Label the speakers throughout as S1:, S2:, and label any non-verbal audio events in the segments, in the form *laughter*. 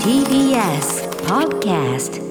S1: TBS Podcast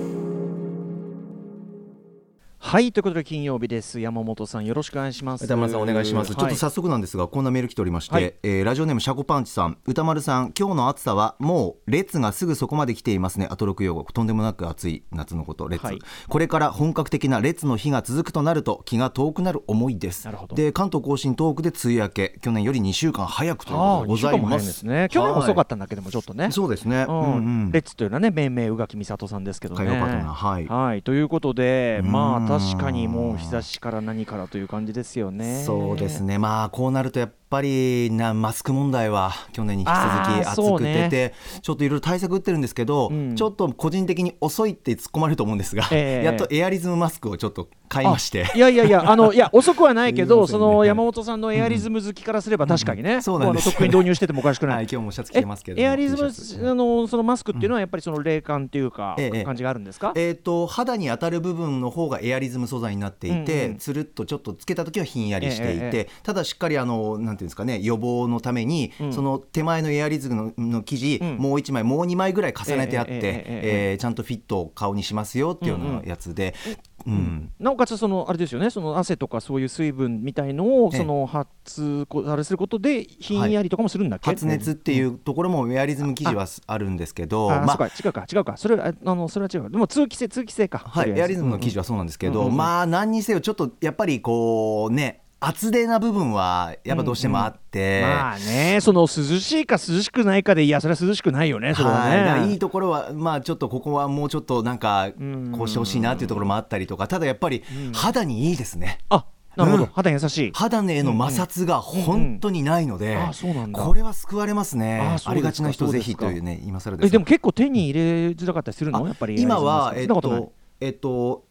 S2: はいということで金曜日です山本さんよろしくお願いします
S3: 歌丸さんお願いしま
S2: は
S3: す、
S2: い
S3: ちょっと早速なんですがこんなメール来ておりまして、
S2: はい
S3: えーラジオネームシャコパンチさん歌丸さん今日の暑さはもう列がすぐそこまで来ていますねアトロク用語とんでもなく暑い夏のこと列、
S2: はい
S3: これから本格的な列の日が続くとなると気が遠くなる思いです
S2: なるほど
S3: で関東甲信東北で梅雨明け去年より2週間早くという
S2: ああ
S3: ことでご
S2: 二
S3: ざ
S2: 週間
S3: い
S2: も
S3: ま
S2: 早い
S3: す
S2: ですね去年も遅か
S3: っ
S2: ったんだけどもちょっと
S3: た
S2: ね
S3: そうですね、
S2: うん
S3: うんうん
S2: レッツというのはね命名宇垣美里さんですけどね
S3: 火曜パートナーはい
S2: ということで
S3: うん
S2: まあ確かにもう日差しから何からという感じですよね
S3: そうですね、まあこうなるとやっぱりなマスク問題は去年に引き
S2: あー
S3: 続き
S2: そう
S3: 熱く
S2: ね
S3: 出て、ちょっといろいろ対策打ってるんですけど、
S2: うん
S3: ちょっと個人的に遅いって突っ込まれると思うんですが、
S2: ええ
S3: やっとエアリズムマスクをちょっと買いまして
S2: あ。いやいやい
S3: *laughs*
S2: や、あのいや遅くはないけど、
S3: すい
S2: そ
S3: ませんね
S2: の山本さんのエアリズム好きからすれば確かにね、
S3: そうなんです
S2: もあのとっくに導入しててもおかしくな
S3: はいい、。今日もシャツ着
S2: え
S3: てますけども
S2: エアリズ
S3: T
S2: ム
S3: シャツ
S2: あのそのマスクっていうのはやっぱりその冷感っていうか、
S3: ええ
S2: 感じがあるんですか、
S3: えー、と肌に当たる部分の方がエアリズム素材になっていて、
S2: うんうん
S3: つるっとちょっとつけた時はひんやりしていて、
S2: えええ
S3: ただしっかりあのなんていうんですかね予防のために、
S2: うん
S3: その手前のエアリズムのの生地、
S2: うん
S3: もう1枚もう2枚ぐらい重ねてあって、
S2: ええ
S3: え
S2: ええええ
S3: ーちゃんとフィットを顔にしますよっていうようなやつで、うん
S2: なおかつそのあれですよね、その汗とかそういう水分みたいのを
S3: ええ
S2: その発こあれすることでひんやりとかもするんだっけ？
S3: 発熱っていうところもエアリズム生地はあるんですけど、
S2: あ、そ
S3: ま
S2: うか違うか違うかそれはああのそれは違う。でも通気性通気性か。
S3: はい、エアリズムの記事
S2: は。
S3: はそうなんですけ
S2: うん
S3: ど、
S2: うんうん
S3: まあ何にせよちょっとやっぱりこうね厚手な部分はやっぱどうしてもあって、
S2: まあね、その涼しいか涼しくないかでいやそれは涼しくないよね。それは
S3: はい、だから
S2: ね。
S3: いいところは、まあ、ちょっとここはもうちょっとなんか
S2: うん
S3: こうしてほしいなっていうところもあったりとかただやっぱり肌にいいですね。
S2: あ、なるほど。
S3: うん
S2: 肌に優しい。
S3: 肌への摩擦が本当にないので
S2: うんうんあそうなん、だ
S3: これは救われますね。
S2: あそう
S3: あ
S2: ですか
S3: りがちな人ぜひ
S2: そ
S3: と
S2: うですか
S3: いうね、今更です
S2: え
S3: が。
S2: でも結構手に入れづらかったりするの？
S3: あ
S2: やっぱり
S3: 今は
S2: エア
S3: え
S2: リ
S3: っ
S2: ズムマスクそんなことない
S3: とえっと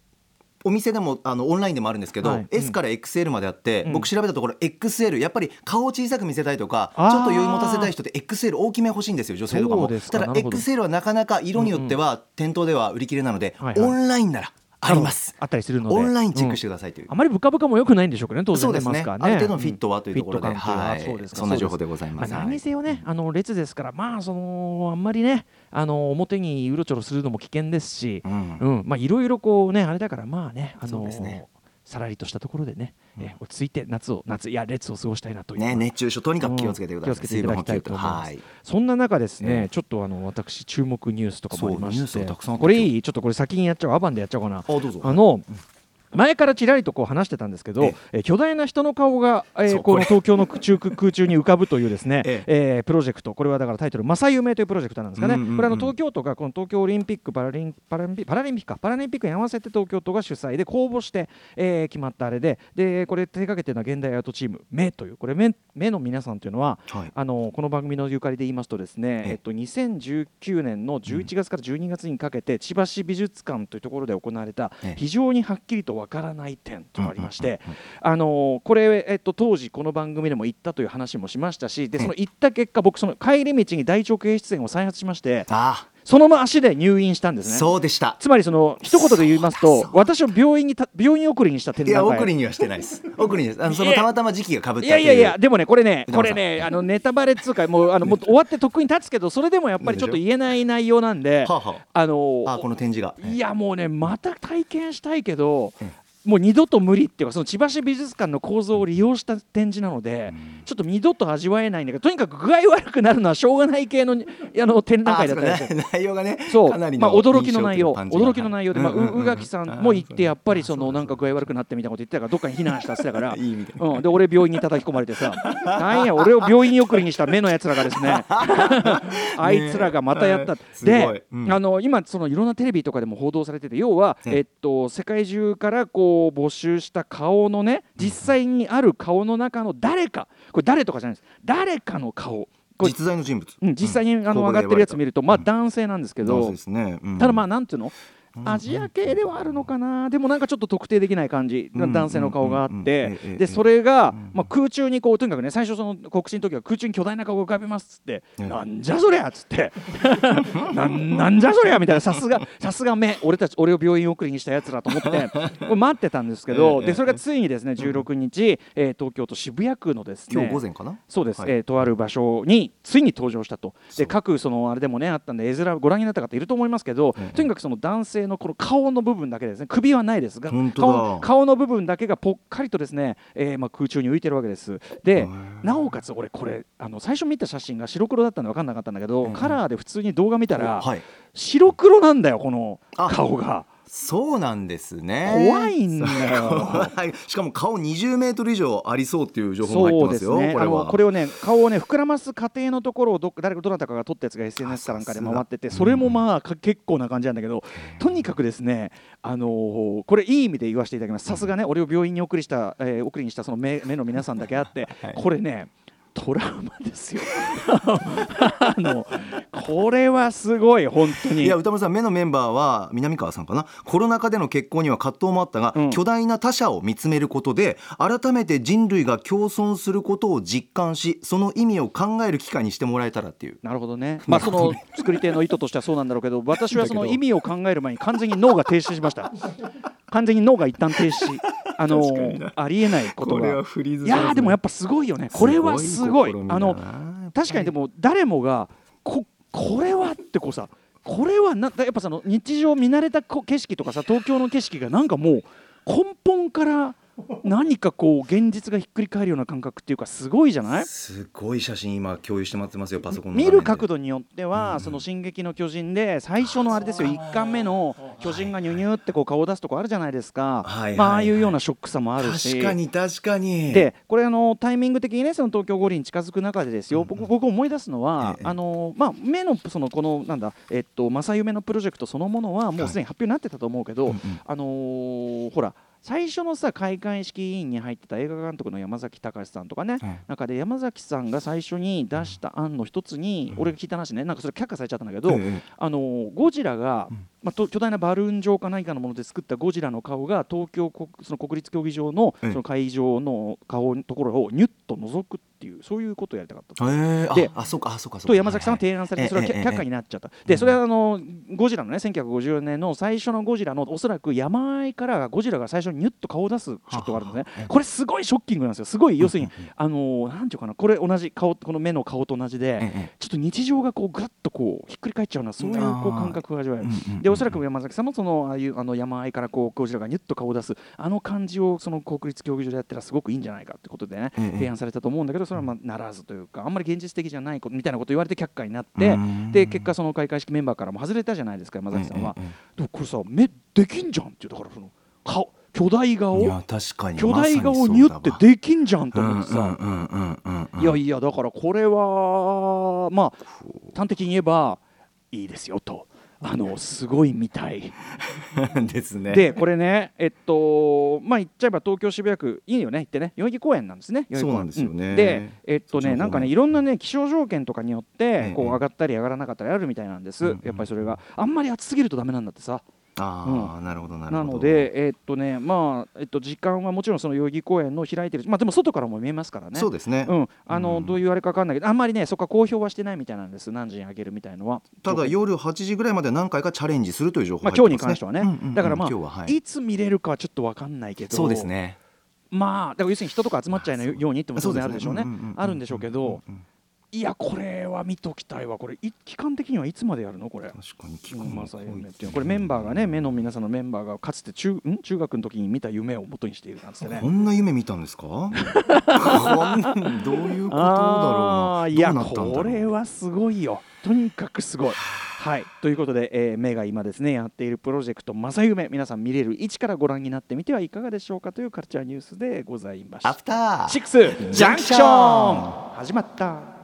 S3: お店でもあのオンラインでもあるんですけど、
S2: はいうん
S3: S から XL まであって、
S2: うん
S3: 僕調べたところ XL やっぱり顔を小さく見せたいとかち
S2: あー
S3: ょっと余裕持たせたい人って XL 大きめ欲しいんですよ女性とか
S2: そ
S3: も
S2: うですか
S3: ただ
S2: なるほど
S3: XL はなかなか色によっては店頭では売り切れなので、
S2: はいはい
S3: オンラインならあります
S2: あったりするので
S3: オンラインチェックしてくださいという、
S2: あまりブカブカも良くないんでしょうけどね、当然
S3: そう
S2: ね、
S3: です
S2: マス
S3: ね
S2: クはね。
S3: ある程度のフィットはというところで,、
S2: フィット感という
S3: は
S2: あ
S3: い
S2: そうですか
S3: そんな情報でございます、
S2: まあ、
S3: はい
S2: 何にせよね、あの列ですから、まあ、そのあんまりね、あの表にうろちょろするのも危険ですし
S3: う、ん
S2: うんまあ、いろいろこうね、あれだから、まあね、あ
S3: そ
S2: の
S3: うですね
S2: さらりとしたところでね、え落ち着いて夏を、夏、いや、列を過ごしたいなという。
S3: ね、熱中症とにかく気をつけてください、
S2: うん気をつけていただきたいと思います
S3: 水分補給と
S2: そんな中ですね、
S3: ええ
S2: ちょっとあの私注目ニュースとかもありまし
S3: そう
S2: て
S3: ニュースがたくさんあった
S2: これいいちょっとこれ先にやっちゃおうアバンでやっちゃおうかな
S3: はい、あどうぞ
S2: あの前からちらりとこう話してたんですけど、
S3: え
S2: え
S3: え
S2: ー巨大な人の顔が、えー
S3: そう
S2: こ
S3: こ
S2: の
S3: れ
S2: 東京の空中 *laughs* 空中に浮かぶというですね、え
S3: え
S2: ープロジェクトこれはだからタイトル「正夢」というプロジェクトなんですかね、
S3: うんうんうん
S2: これあの東京都がこの東京オリンピック・パラリンパラリンピパラリンピックかパラリンピックに合わせて東京都が主催で公募して、えー決まったあれででこれ手掛けてるのは現代アートチーム「目」というこれ目目の皆さんというのは
S3: はい
S2: あのこの番組のゆかりで言いますとですね、
S3: ええ
S2: えっと、2019年の11月から12月にかけて千葉市美術館というところで行われた
S3: ええ
S2: 非常にはっきりとわからない点というのがありまし
S3: うんう
S2: てあのこれ、えっと、当時この番組でも行ったという話もしましたしで
S3: ええ
S2: その行った結果僕その帰り道に大腸憩室炎を再発しまして
S3: あ
S2: その足で入院したんですね。
S3: そうでした
S2: つまりその一言で言います
S3: そうだ
S2: と私を
S3: そうだ
S2: 病院にた病院送りにした手
S3: い
S2: の
S3: や
S2: 中へ
S3: 送りにはしてないです送りにですあのそのたまたま時期がかぶった
S2: い
S3: と
S2: や
S3: いう
S2: いやいや、でもね、これね、
S3: 歌
S2: こ
S3: 丸さ
S2: れ
S3: ん
S2: ね、あのネタバレっつうか、もうあのもう終わってとっくに立つけど、それでもやっぱりちょっと言えない内容なんで、
S3: はあは
S2: あの
S3: ああこの展示が
S2: いやもうね、また体験したいけど、もう二度と無理っていうか、その千葉市美術館の構造を利用した展示なので、ちょっと二度と味わえないんだけど、とにかく具合悪くなるのはしょうがない系のあの展覧
S3: あ
S2: 会だっ
S3: そう
S2: たり
S3: か
S2: して
S3: ね内容がね
S2: そう、
S3: か
S2: まあ
S3: なり
S2: 驚きの内容、
S3: 印象的な
S2: 驚きの内容で、まあ、
S3: うんうんうん
S2: う宇垣さんも行って、やっぱりそのなんか具合悪くなってみたいなこと言ってたから、どっかに避難したって言ってたから。
S3: *laughs* いい意味で
S2: うん、で、俺病院に叩き込まれてさ、なんや、俺を病院に送りにした目のやつらが
S3: *laughs*
S2: ですね。あいつらがまたやった。
S3: ねえすごい
S2: で、
S3: うん
S2: あの、今、そのいろんなテレビとかでも報道されてて、要は、
S3: ね
S2: えっと、世界中からこう募集した顔のね。実際にある顔の中の誰か、これ誰とかじゃないです。誰かの顔。これ
S3: 実在の人物
S2: うん、実際にあの
S3: うん
S2: 上がってるやつ見ると、まあ
S3: うん
S2: 男性なんですけ
S3: そう
S2: ど
S3: で、すねうん
S2: ただまあなんていうのアジア系ではあるのかなでもなんかちょっと特定できない感じ
S3: うん
S2: 男性の顔があっ
S3: うんうんうんうんええ
S2: て
S3: ええ
S2: でそれが
S3: ん
S2: まあ空中にこうとにかくね最初その告知の時は空中に巨大な顔が浮かびますっつって
S3: ええ
S2: なんじゃそりゃっつって *laughs* なんなんじゃそりゃみたいなさすがさすが目俺たち俺を病院送りにしたやつらと思って
S3: *laughs*
S2: これ待ってたんですけど
S3: ええ
S2: でそれがついにですね16日えー東京都渋谷区のですね
S3: 今日午前かな
S2: そうです、
S3: はい
S2: えーとある場所についに登場したと
S3: そ
S2: で
S3: う
S2: 各そのあれでもねあったんで絵面ご覧になった方いると思いますけど、
S3: ええ
S2: とにかくその男性のこの顔の部分だけですね首はないですが
S3: 本当だ
S2: 顔顔の部分だけがぽっかりとですね、えーまあ、空中に浮いてるわけです
S3: へ
S2: で
S3: ー
S2: なおかつ俺これあの最初見た写真が白黒だったんで分かんなかったんだけど、
S3: ええ
S2: カラーで普通に動画見たら、
S3: はい
S2: 白黒なんだよこの
S3: あ
S2: 顔が
S3: そうなんですね
S2: 怖いんだよ。
S3: *laughs* 怖いしかも顔20メートル以上ありそうっていう情報も入って
S2: そう
S3: ま
S2: ですす
S3: よ
S2: ね。
S3: こ
S2: あ
S3: れ
S2: の
S3: は
S2: これをね顔をね膨らます過程のところをどっか誰かどなたかが撮ったやつが SNS かなんかで回ってて
S3: あさすが
S2: それもまあか結構な感じなんだけどとにかくですねあのーこれいい意味で言わせていただきますさすがね俺を病院に送りした、えー送りにしたその目目の皆さんだけあって、
S3: はい
S2: これねトラウマですよ *laughs* あのこれはすごい本当に
S3: いや歌丸さん目のメンバーは南川さんかなコロナ禍での結婚には葛藤もあったが、
S2: うん
S3: 巨大な他者を見つめることで改めて人類が共存することを実感しその意味を考える機会にしてもらえたらっていう
S2: なるほどね。 *laughs* まあその作り手の意図としてはそうなんだろうけ *laughs* ど、私はその意味を考える前に完全に脳が停止しま *laughs* した。完全に脳が一旦停止。あの
S3: 確かにな
S2: ありえないことが。
S3: フリー
S2: いやーでもやっぱすごいよね。これはすごい。あの確かにで
S3: も
S2: も誰もがここれはってこうさ、これはなやっぱその日常見慣れたこ景色とかさ東京の景色がなんかもう根本から何かこう現実がひっくり返るような感覚っていうかすごいじゃない？
S3: すごい写真今共有してもらってますよパソコンの
S2: 見る角
S3: 度
S2: 度によっては、その「進撃の巨人」で最初のあれですよ1巻目の巨人がニュニュってこう顔を出すとこあるじゃないですか、
S3: はいはいはい
S2: まあ、ああいうようなショックさもあるし。
S3: 確かに確かに
S2: でこれあのタイミング的にねその東京五輪近づく中でですよ、僕僕思い出すのは、
S3: ええ
S2: あのまあ目のそのこのなんだえっと正夢のプロジェクトそのものはもうすでに発表になってたと思うけど、
S3: うんうん
S2: あのーほら最初のさ開会式委員に入ってた映画監督の山崎隆さんとかね、
S3: はい
S2: 中で山崎さんが最初に出した案の一つに、俺が聞いた話ねなんかそれ却下されちゃったんだけど、
S3: ええ
S2: あのーゴジラが、
S3: うん
S2: まあ、と巨大なバルーン状か何かのもので作ったゴジラの顔が東京国その国立競技場のそ
S3: ええ
S2: の会場の顔のところをニュッと覗くっていうそういうことをやりたかったと。
S3: ええ
S2: で
S3: ああそうかあそうかそうか
S2: と山崎さんは提案され
S3: ええ
S2: てそれは
S3: ええ
S2: 却却下になっちゃった、
S3: うん
S2: でそれはあのゴジラのね1954年の最初のゴジラのおそらく山あいからゴジラが最初にニュッと顔を出すショットがあるんですね
S3: はあはあええ
S2: これすごいショッキングなんですよすごい要するにあのなんていうかなこれ同じ顔この目の顔と同じで、
S3: ええ
S2: ちょっと日常がこうぐらっとこうひっくり返っちゃうなそういうこう
S3: あー
S2: 感覚が味わえる
S3: うんうんうん
S2: でおそらく山崎さんもそのああいうあの山あいからこうゴジラがニュッと顔を出すあの感じをその国立競技場でやったらすごくいいんじゃないかってことでね
S3: ええ
S2: 提案されたと思うんだけどそれはまあならずというかあんまり現実的じゃないことみたいなこと言われて却下になって
S3: うん
S2: で結果その開会式メンバーからも外れたじゃないですか山崎さんは
S3: えええ
S2: でもこれさ目できんじゃんっていうだからその顔巨大
S3: えい
S2: 顔
S3: や確かに
S2: 巨大
S3: ま
S2: 顔
S3: さ
S2: ニ
S3: そ
S2: ュ
S3: うだ
S2: ッ
S3: わ
S2: てできんじゃんと思ってさ、
S3: うんうんうんうんうん
S2: いやいやだからこれはまあ端的に言えばいいですよとあのすごいみたい
S3: うんですね
S2: でこれねえっとまあ言っちゃえば東京渋谷区いいよね行ってね代々木公園なんですね代々木公園
S3: そうなんですよね
S2: でえっと
S3: そっち
S2: ね
S3: の方ね
S2: なんかねいろんなね気象条件とかによって
S3: え
S2: こう
S3: え
S2: 上がったり上がらなかったりあるみたいなんです、
S3: うんうん
S2: やっぱりそれがあんまり暑すぎるとダメなんだってさ
S3: ああ、なるほどなるほ
S2: な
S3: ど
S2: ので、えっとねまあえっと、時間はもちろんその代々木公園の開いてる、まあ、でも外からも見えますからね。
S3: そうですね、
S2: うん、あの、
S3: うん
S2: どういうあれか分かんないけどあんまりねそこは公表はしてないみたいなんです何時にあげるみたいのは
S3: ただ夜8時ぐらいまで何回かチャレンジするという情報
S2: ま
S3: が
S2: あ、
S3: 入
S2: 今
S3: っ
S2: 日
S3: て
S2: に関してはね、
S3: ますね、うんうんうん
S2: だからまあ、、
S3: 今日ははい
S2: つ見れるかはちょっと分かんないけど
S3: そうですね
S2: まあだから要するに人とか集まっちゃいないようにっても当然あるでしょうね
S3: そです
S2: あるんでしょうけどいやこれは見ときたいわこれい期間的にはいつまでやるのこれ。
S3: 確かに聞
S2: う
S3: く
S2: んまさ
S3: の
S2: 夢っていうのはこれメンバーがね目の皆さんのメンバーがかつて中ん中学の時に見た夢を元にしているなんつってね
S3: こんな夢見たんですか *laughs* こんどういうことだろうな
S2: あーいや
S3: どうなったんだろう
S2: これはすごいよとにかくすごい。はいということで、えー、目が今ですねやっているプロジェクト「まさゆめ」皆さん見れる位置からご覧になってみてはいかがでしょうかというカルチャーニュースでございました。
S3: アフター
S2: シックスジャンクション始まった。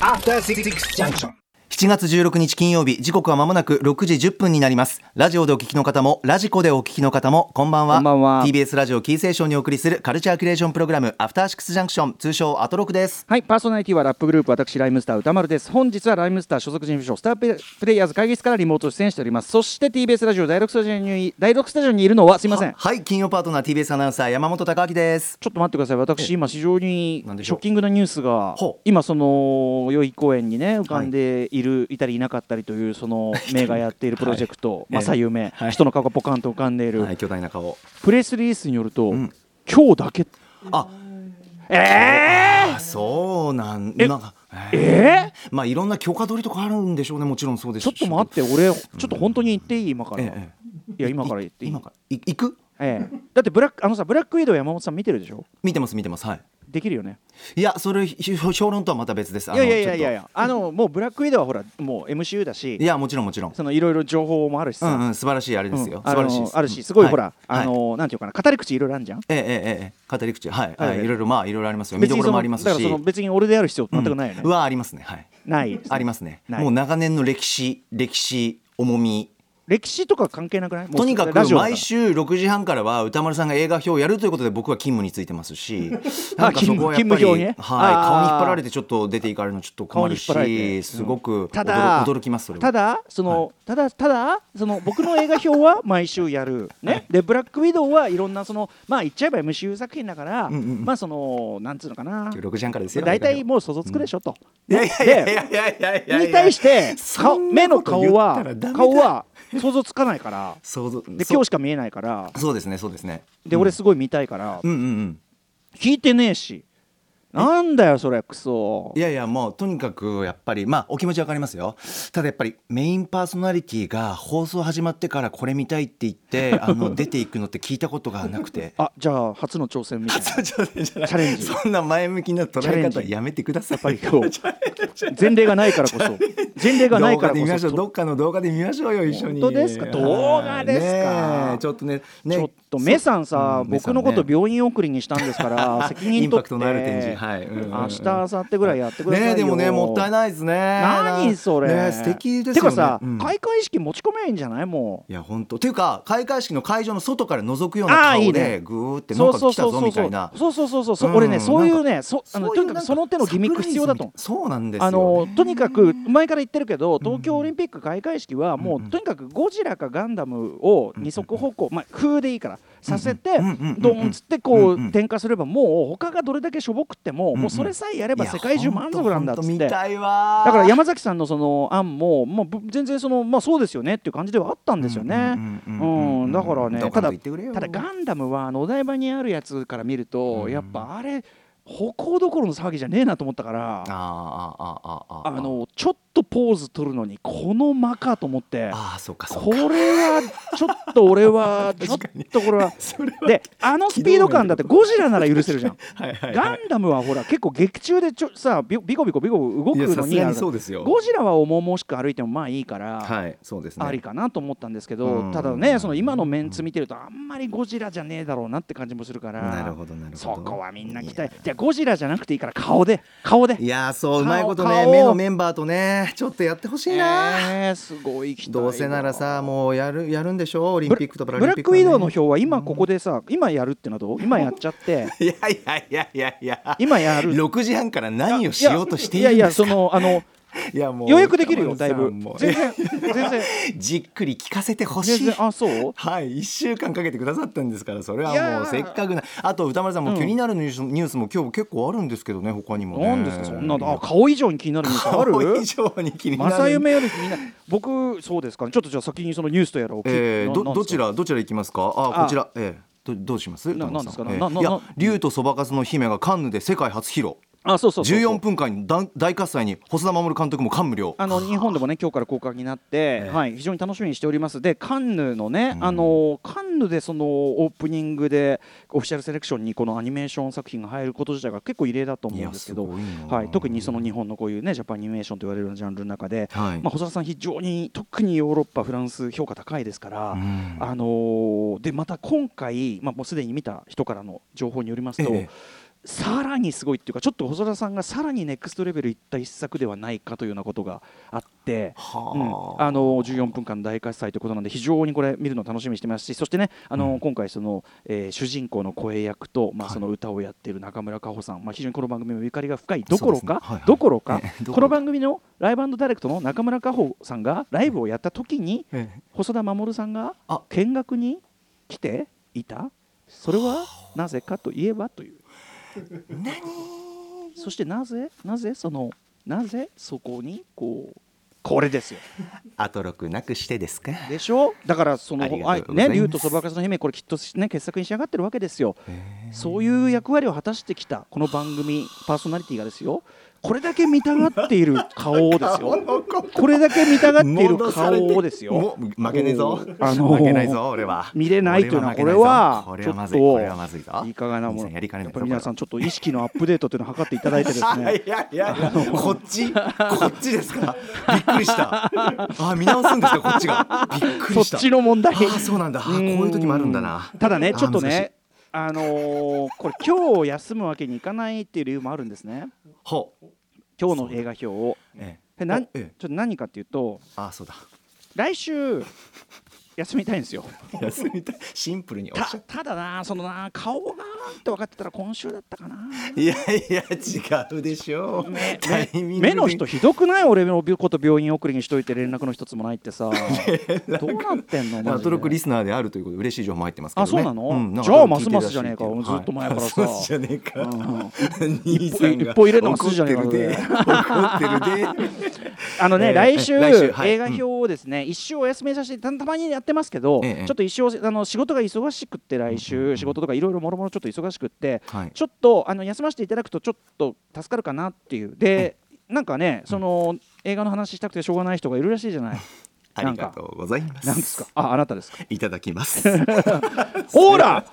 S4: After Six Junction.
S3: 7月16日金曜日時刻はまもなく6時10分になりますラジオでお聞きの方もラジコでお聞きの方もこんばんは
S2: こんばんは
S3: TBS ラジオキーセーションにお送りするカルチャーキュレーションプログラムアフターシックスジャンクション通称アトロクです
S2: はい、パーソナリティはラップグループ、私、ライムスター歌丸です。本日はライムスター所属事務所、スタープレプレイヤーズ会議室からリモート出演しております。そして TBS ラジオ第6スタジオに第6スタジオにいるのは、すいません。
S3: はい金曜パートナー TBS アナウンサー山本貴明です
S2: ちょっと待ってください、私、今、非常に
S3: なんでし
S2: シ
S3: ょ
S2: ョ
S3: う
S2: ッキングなニュースが
S3: ほう、
S2: 今、その、代々木公園にね、浮かんでいる、いたりいなかったりという、そ
S3: *laughs*
S2: の、名がやっているプロジェクト、
S3: い
S2: まさゆめ、人の顔がポカンと浮かんでいる、
S3: はい巨大な顔
S2: プレスリリースによると、
S3: ん
S2: 今日だけ、
S3: あ
S2: え
S3: あそうなん
S2: え
S3: なんか
S2: ー、えー
S3: まあいろんな許可取りとかあるんでしょうねもちろんそうで
S2: ち
S3: す
S2: ょっと待って、俺、ちょっと本当に言っていい、今から。
S3: え
S2: いや、今から言っていい。
S3: 今からい行く
S2: ええ、だってブラックあのさブラックウィドウ山本さん見てるでしょ
S3: 見てます見てますはい
S2: できるよね
S3: いやそれひ評論とはまた別です
S2: いやいやいやいやい
S3: や
S2: やあのもうブラックウィドウはほらもう MCU だし
S3: いやもちろんもちろん
S2: そのいろいろ情報もあるし
S3: う
S2: さ、
S3: んうん素晴らしいあれですよ、
S2: うんあ
S3: 素晴
S2: の
S3: らしいです
S2: あるしすごいほら、あ
S3: はい、
S2: のなんていうかな語り口いろいろあるじゃん
S3: ええええええ語り口はい、
S2: はい
S3: はい
S2: はい
S3: い、ろいろまあいろいろありますよ見どころもあります
S2: だから
S3: し
S2: その別に俺である必要全くないよね、
S3: うんうわありますねはい
S2: ないですね
S3: ありますね
S2: ない
S3: もう長年の歴史歴史重み
S2: 歴史とか関係なくないもう
S3: とにか
S2: ラ
S3: く
S2: ジオだら
S3: 毎週6時半からは歌丸さんが映画表をやるということで僕は勤務についてま
S2: *laughs*
S3: すしなんかそこはやっ
S2: 勤務
S3: ぱ
S2: 表
S3: り、
S2: にねあー
S3: はい、顔に引っ張られてちょっと出ていかれるのちょっと困る
S2: 顔に引っ張られて
S3: しすごく
S2: ただ
S3: 驚驚きますそれは
S2: ただその、ただただその僕の映画表は毎週やるねでブラックウィドウはいろんなそのまあ言っちゃえば MCU 作品だから、
S3: んうんうん
S2: まあそのなんつうのかな
S3: 6時半からですよ
S2: 大体もう想像つくでしょと、
S3: いやいやいやいやいやいやいや
S2: に対して顔
S3: そん
S2: 目の
S3: なこと言
S2: 顔
S3: った
S2: は
S3: らダメだ
S2: 顔は想像つかないから
S3: 想像
S2: で
S3: そ
S2: 今
S3: う
S2: 日しか見えないから
S3: そうですねそうですね
S2: で俺すごい見たいから、
S3: うんうんうん
S2: 聞いてねえしなんだよそれクソ
S3: いやいやもうとにかくやっぱりまあお気持ちわかりますよただやっぱりメインパーソナリティが放送始まってからこれ見たいって言
S2: *laughs*
S3: ってあの出ていくのって聞いたことがなくて
S2: あじゃあ初の挑戦みたいな
S3: ちょっとじゃない
S2: チャレンジ
S3: そんな前向きな捉え
S2: チャ
S3: 方
S2: レンジ
S3: やめてください
S2: やっぱり
S3: *laughs*
S2: こう前例がないからこそ前例がないから
S3: 動画で見
S2: こ
S3: ましょ
S2: そう
S3: どっかの動画で見ましょうよ一緒に
S2: 本当ですか
S3: はい
S2: 動画ですか
S3: ねえちょっとねね
S2: ちょっとメさんさ、
S3: うんメさ
S2: 僕
S3: んね
S2: のこと病院送りにしたんですから
S3: *laughs*
S2: 責任取って
S3: インパクトのある展示はいうんうんうん
S2: 明日明後日ぐらいやってくださいよ
S3: ねえでもねもったいないですね
S2: 何それ、
S3: ねえ素敵ですよね
S2: てかさ、
S3: うん
S2: 開会式持ち込めばいいんじゃないも
S3: いや本当ていうか開会式の会場の外から覗くよう
S2: あ
S3: な
S2: ーいいね
S3: 顔でグーって
S2: うそう
S3: なんか
S2: そう
S3: 来た
S2: そう
S3: ぞ
S2: そう
S3: み
S2: そ
S3: た
S2: う
S3: いな
S2: そうそうそうそう
S3: うん
S2: 俺ねそういうねそあの
S3: そう
S2: と
S3: い
S2: にか
S3: うなん
S2: くその手のギミック必要だと思う
S3: サプライズみたいそうなんですよ
S2: あのとにかく前から言ってるけど東京オリンピック開会式はもう、
S3: うんうん
S2: とにかくゴジラかガンダムを二足歩行、まあ、風でいいからさせて、
S3: うんうんうんうん
S2: ドーンっつってこう、
S3: うんうん
S2: 転化すればもう他がどれだけしょぼくっても、
S3: んうん
S2: もうそれさえやれば
S3: いや
S2: 世界中満足なんだっつって
S3: ほとほと見
S2: だ
S3: たいわー
S2: から山崎さんのその案も、まあ、ぶ全然その、まあ、そうですよねっていう感じではあったんですよね。
S3: うん
S2: う
S3: うんうんうん
S2: んだからね
S3: どうか
S2: ただ
S3: と言ってくれよ
S2: ただガンダムはあのお台場にあるやつから見ると、
S3: うん
S2: やっぱあれ歩行どころの騒ぎじゃねえなと思ったから。
S3: あーあーあーあ
S2: あ
S3: ーあー
S2: のちょっとポーズ取るのにこの間かと思って
S3: あーそうかそう
S2: こ
S3: か
S2: れはちょっと俺
S3: *laughs*
S2: はちょっとこれは
S3: それは
S2: であのスピード感だってゴジラなら許せるじゃん
S3: はいはい
S2: ガ
S3: はい
S2: ンダムはほら結構劇中でちょさビビコビコビコ動く
S3: いや
S2: の
S3: さす
S2: に
S3: が
S2: あ
S3: にそう
S2: の
S3: ですよ
S2: ゴジラは重々しく歩いてもまあいいから、
S3: はいそうですね
S2: ありかなと思ったんですけ
S3: う
S2: ど
S3: ん
S2: ただねその今のメンツ見てるとあんまりゴジラじゃねえだろうなって感じもするから
S3: なるほどなるほど
S2: そこはみんな期待じゃあゴジラじゃなくていいから顔で顔で
S3: いやーそううまいこと
S2: 顔
S3: ね
S2: 顔
S3: 目のメンバーとねちょっとやってほしいな
S2: えーすごい期待だ
S3: どうせならさもうやるやるんでしょオリンピックとパラ
S2: ブ
S3: リン
S2: ラ
S3: ピッ
S2: ック
S3: クは
S2: ウ
S3: ね、
S2: ィドウの表は今ここで
S3: *laughs*
S2: さ、今やるってのはどう今やっちゃって
S3: いやいやいやいやいや
S2: 今やる
S3: 6時半から何をしようとしてい
S2: いや
S3: る
S2: い
S3: んで
S2: や
S3: す
S2: そ
S3: か
S2: のあの
S3: いやもう
S2: 予約できるよだ
S3: 歌
S2: い
S3: 丸
S2: ぶ
S3: さんも
S2: 全然全然
S3: *laughs* じっくり聞かせてほし
S2: 全
S3: い
S2: 然あそう
S3: はい1週間かけてくださったんですからそれ
S2: いや
S3: はも
S2: ー
S3: うせっかくなあと歌丸さんも
S2: うん
S3: 気になるニュース,、ニュースも今日結構あるんですけどね他にもね
S2: なんですかそんなのあ顔以上に気になるニュースある
S3: 顔以上に気になる
S2: 正夢より気になる僕そうですかねちょっとじゃあ先にそのニュースとやらを聞い
S3: えー、
S2: な
S3: ど
S2: なん
S3: ど
S2: です
S3: ち
S2: から
S3: どちら行きますか
S2: あ
S3: あこちらええどどうします
S2: な
S3: 歌丸さ
S2: なんですかななな
S3: ええ
S2: いな
S3: や竜とそばかすの姫がカンヌで世界初披露
S2: あそうそうそうそう
S3: 14分間大大喝采に細田守監督も感無量
S2: あの日本でもね今日から公開になって、
S3: ええ
S2: はい、非常に楽しみにしておりますでカンヌのね、あのカンヌでそのオープニングでオフィシャルセレクションにこのアニメーション作品が入ること自体が結構異例だと思うんですけど
S3: いやすごいな
S2: はい、特にその日本のこういうねジャパンアニメーションと言われるジャンルの中で、
S3: はい
S2: まあ、細田さん非常に特にヨーロッパフランス評価高いですから、
S3: ん
S2: あのーでまた今回、まあ、もうすでに見た人からの情報によりますと、
S3: ええ
S2: さらにすごいっていうかちょっと細田さんがさらにネクストレベルいった一作ではないかというようなことがあって、
S3: は
S2: うん、
S3: あ
S2: あの14分間の大喝采ということなんで非常にこれ見るの楽しみにしてますしそしてねあの、
S3: うん
S2: 今回その、えー主人公の声役と、まあ、
S3: はい
S2: その歌をやっている中村佳穂さん、まあ、非常にこの番組もゆかりが深いどころか、
S3: そうですねはいはい
S2: どころか
S3: *laughs* どこ
S2: この
S3: ろか
S2: 番組のライブダイレクトの中村佳穂さんがライブをやった時に
S3: ええ
S2: 細田守さんが
S3: あ
S2: 見学に来ていたそれはなぜかといえばという。そしてなぜなぜそのなぜそこにこうこれですよ
S3: アトロクなくしてですか
S2: でしょだからその
S3: ありがとうございます
S2: ね竜とそばかすの姫これきっとね傑作に仕上がってるわけですよ
S3: へ
S2: そういう役割を果たしてきたこの番組パーソナリティがですよこれだけ見たがっている顔をですよこれだけ見たがっている顔をですよ
S3: もう負けねえぞ
S2: あのー
S3: 負けないぞ俺は
S2: 見れないというのはこれ
S3: 俺
S2: は
S3: 負け
S2: ちょ
S3: ない
S2: っ
S3: ぞこれはまずいこれはまずいぞ
S2: といかがなも
S3: 兄さ
S2: の
S3: んやりかね
S2: やっ
S3: ない
S2: ぱ
S3: ぞ
S2: り皆さん
S3: こ
S2: ちょっと意識のアップデートというのを図っていただいてで
S3: れ
S2: す
S3: は
S2: ね
S3: *laughs* いやいやいやこっちこっちですかびっくりしたあ見直すんですかこっちがびっ
S2: そ
S3: くり
S2: っ
S3: した
S2: ちの問題
S3: あーそうなんだあーこういう時もあるんだな
S2: うただね
S3: あー
S2: ちょっと
S3: 難しい
S2: ねあのーこれ今日休むわけにいかないっていう理由もあるんですね
S3: ほう
S2: 今日の映画表を
S3: え
S2: でなんちょ
S3: え
S2: っと何かっていうと
S3: あーそう
S2: *laughs*
S3: だ
S2: 来週休みたいんですよ
S3: 休みたいシンプルにおっしたゃっ
S2: だなそのな顔がって分かってたら今週だったかな
S3: たいやいや違うでし
S2: *laughs*
S3: ょうタイミング
S2: 目の人ひどくない俺のこと病院送りにしといて連絡の一つもないって
S3: *laughs*
S2: さどうなってんのマ
S3: ア
S2: ジで
S3: トロックリスナーであるということで嬉しい情報も入ってますけどね
S2: あそうなの
S3: なんか
S2: じゃあ
S3: 聞いてるら
S2: ま
S3: しい
S2: すますじゃねえか
S3: っていう
S2: ずっと前からさ
S3: はいますますじゃねえか兄
S2: 一
S3: さ
S2: 歩
S3: んが
S2: 一歩入れるのが筋じゃねえか
S3: 怒ってる
S2: *laughs*
S3: で怒ってるで
S2: あのね、
S3: えー
S2: 来週、
S3: え来週はい
S2: 映画表をですね、一週お休みさせてたたまにやってますけど、
S3: ええ
S2: ちょっと一週あの仕事が忙しくって来週、
S3: うんうんうん
S2: 仕事とかいろいろもろもろちょっと忙しくって、
S3: はい
S2: ちょっとあの休ませていただくとちょっと助かるかなっていうで、なんかねその映画の話したくてしょうがない人がいるらしいじゃない
S3: ありがとうございます
S2: なんですかああなた
S3: *laughs*
S2: ですか
S3: いただきます
S2: ほら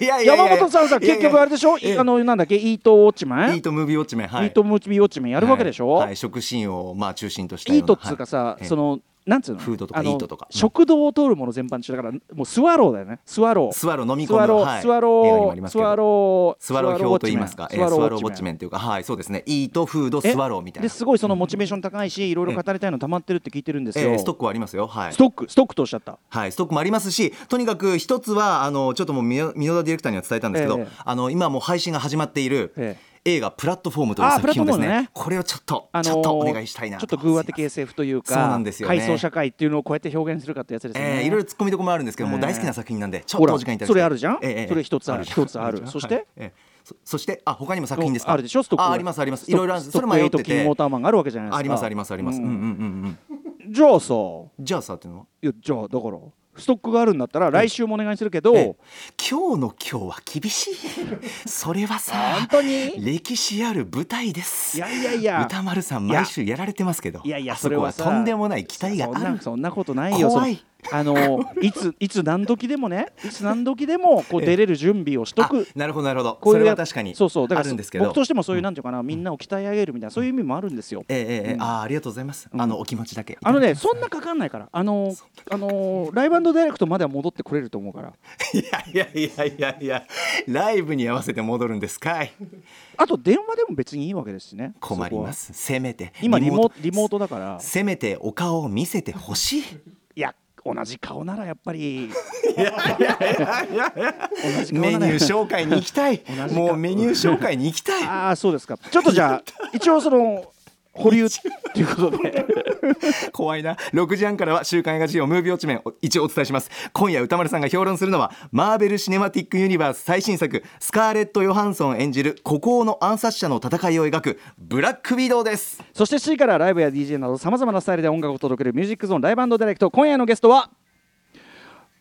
S3: いや
S2: あ
S3: いやいやいや
S2: 山本さんさ
S3: いやいや
S2: 結局あれでしょい
S3: ええ
S2: あのなんだっけイートウォッチマン
S3: いいとムービーウォッチメンはい
S2: イートムービーウォッチマンやるわけでしょ、
S3: はいはい食シーンをまあ中心としたよう
S2: イ
S3: な
S2: ートっつうか
S3: は
S2: さ、
S3: いええ
S2: そのなんつうの
S3: フードとか
S2: あの
S3: イートとか
S2: 食堂を通るもの全般中だからもうスワローだよねスワロー
S3: スワロー飲み
S2: ス
S3: 込
S2: ワロ
S3: む
S2: ー
S3: はい
S2: スワ
S3: 映画にも
S2: ロ
S3: あ
S2: ー
S3: ります
S2: ス
S3: けど
S2: ワロー
S3: スワロー
S2: ウォッ
S3: 表
S2: チ
S3: と言い
S2: メン
S3: ますか、えースワローウォッチメ
S2: ン
S3: ンというか、はい、そうですね、イート、フード、スワローみたい
S2: で
S3: な。
S2: すごいそのモチベーション高いしいろいろ語りたいの溜まってるって聞いてるんですよ、
S3: えーストックはありますよ、はい
S2: ス。トックストックとおっしゃった
S3: はい、ストックもありますし、とにかく一つは、あの、ちょっともう、みの、箕輪ディレクターには伝えたんですけど、
S2: ええ
S3: あの、今もう配信が始まっている。
S2: ええ
S3: 映画プラットフォームという
S2: あー
S3: 作品をです
S2: プラットフォーム
S3: ね
S2: ね、
S3: これをちょっと、
S2: あのー
S3: ちょっとお願いしたいな。
S2: ちょっと偶話的 SF というか
S3: そうなんですよね
S2: 階層社会っていうのをこうやって表現するかってやつですよね、
S3: えーいろいろ突っ込みどころもあるんですけど、もう大好きな作品なんで、ちょっとお時間いただきたい
S2: それあるじゃん
S3: ええええ
S2: それ一つある
S3: じゃん
S2: 一つある
S3: じゃん
S2: そして
S3: はいええそそして、あ、他にも作品ですか。
S2: あるでしょストック
S3: あ、あります、ありま
S2: ス
S3: す。
S2: ト
S3: いろいろあるんです。それ迷って
S2: ストックエイトキーモー
S3: て。
S2: ターマンがあるわけじゃないですか
S3: あります、あります、あります。
S2: う
S3: うんん、うん、うん、うん。
S2: じゃあさ
S3: じゃあさっていうのはい
S2: やじゃあだからストックがあるんだったら来週もお願いするけど、
S3: ええ今日の今日は
S2: *laughs*
S3: 厳しいそれは
S2: 本
S3: さ
S2: 当に
S3: 歴史ある舞台です
S2: いやいやいや
S3: 歌丸さん
S2: いや
S3: 毎週やられてますけど
S2: いやいや
S3: あそ
S2: れ
S3: こは
S2: さ
S3: とんでもない期待が
S2: そん
S3: ある
S2: なそんなことないよ
S3: 怖い
S2: そのあのいついつ何時でもねいつ何時で
S3: *laughs*
S2: もこう出れる準備をしとく
S3: あなるほどなるほど
S2: こう
S3: そ
S2: いう
S3: れ
S2: や
S3: は確かに
S2: そうそうだか
S3: あ
S2: ら
S3: るんですけど
S2: 僕としてもそういうなんていうかなみんなを鍛え上げるみたいなそういう意味もあるんですよ
S3: ええええええあーありがとうございます、あのお気持ちだけ
S2: あのねそんなかかんないからあのあのライブダイレクトまでは戻ってこれると思うから
S3: *laughs* いやいやいやいやいやライブに合わせて戻るんですかい
S2: あと電話でも別にいいわけですしね
S3: 困りま
S2: そ
S3: すせめて
S2: こは今リモ
S3: ト
S2: リモートだから
S3: せめてお顔を見せてほ
S2: *laughs*
S3: しい
S2: いや同じ顔ならやっぱ
S3: *laughs*
S2: り
S3: メニュー紹介に行
S2: *laughs*
S3: きたい
S2: じか
S3: もうメニュー紹介に行きたい
S2: ああそうですかちょっとじゃあ一応その保留っていうことで
S3: *laughs* 怖いな6時半からは週刊映画事情ムービー落ち面を一応お伝えします今夜歌丸さんが評論するのはマーベル・シネマティック・ユニバース最新作スカーレット・ヨハンソン演じる孤高の暗殺者の戦いを描くブラック・ウィドウです
S2: そして C からライブや DJ などさまざまなスタイルで音楽を届けるミュージックゾーンライブディレクト今夜のゲストは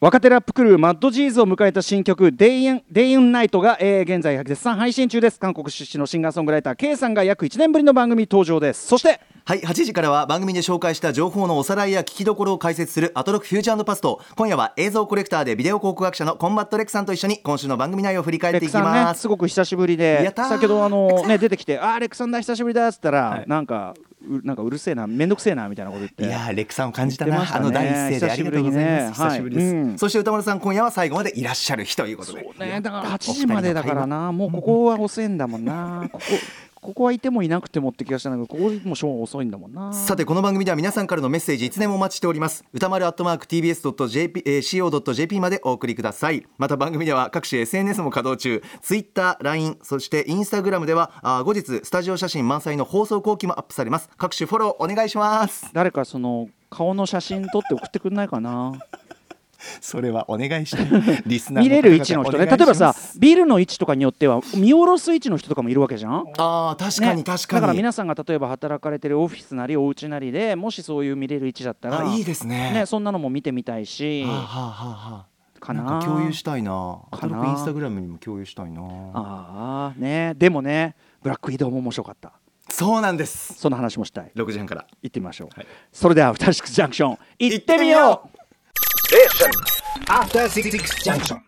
S2: 若手ラップクルーマッドジーズを迎えた新曲「デイエンデイエンナイトが」えー現在絶賛配信中です韓国出身のシンガーソングライター K さんが約1年ぶりの番組登場ですそして
S3: はい8時からは番組で紹介した情報のおさらいや聞きどころを解説するアトロックフューチャーパスト今夜は映像コレクターでビデオ考古学者のコンバットレックさんと一緒に今週の番組内容を振り返っ
S2: レ
S3: て
S2: ク
S3: いき
S2: さん
S3: ま
S2: ね
S3: す
S2: すごく久しぶりで
S3: やったー
S2: 先ほどあのね出てきて「あーレクさんだ久しぶりだ」っつったら、
S3: はい
S2: なんかうなんかうるせえな面倒くせえなみたいなこと言って
S3: いやーレクさんを感じた
S2: 言
S3: な、
S2: ってました
S3: あ
S2: ね
S3: の第一声でありがとうございます久
S2: 久
S3: し
S2: し
S3: ぶ
S2: ぶり
S3: りで、
S2: ですすねはいうん
S3: そして歌丸さん今夜は最後までいらっしゃる日ということで
S2: ねだから8時までだからなもうここは遅いんだもんなここここはいてもいなくてもって気がしたんだけどここもショー遅いんだもんな
S3: さてこの番組では皆さんからのメッセージいつでもお待ちしております歌丸アットマーク TBS.CO.jp までお送りくださいまた番組では各種 SNS も稼働中 TwitterLINE そして Instagram ではあー後日スタジオ写真満載の放送後期もアップされます各種フォローお願いします
S2: 誰かその顔の写真撮って送ってくんないかな
S3: それはお願いして *laughs* リスナー
S2: 見れる位置の人ね例えばさ
S3: あ
S2: ビルの位置とかによっては見下ろす位置の人とかもいるわけじゃん
S3: あー確かに
S2: ね
S3: 確か
S2: だ
S3: に、
S2: から皆さんが例えば働かれてるオフィスなりお家なりでもしそういう見れる位置だったら
S3: あいいですね
S2: ねそんなのも見てみたいし
S3: はあ、はあはあはあ
S2: かなん
S3: か共有したいな
S2: かな
S3: 軽くインスタグラムにも共有したいな
S2: ああねでもねブラック移動も面白かった
S3: そうなんです
S2: その話もしたい
S3: 6時半から
S2: 行ってみましょう、
S3: はい
S2: それでは「アフターシックスジャンクション」行ってみよう
S4: After Six Junction.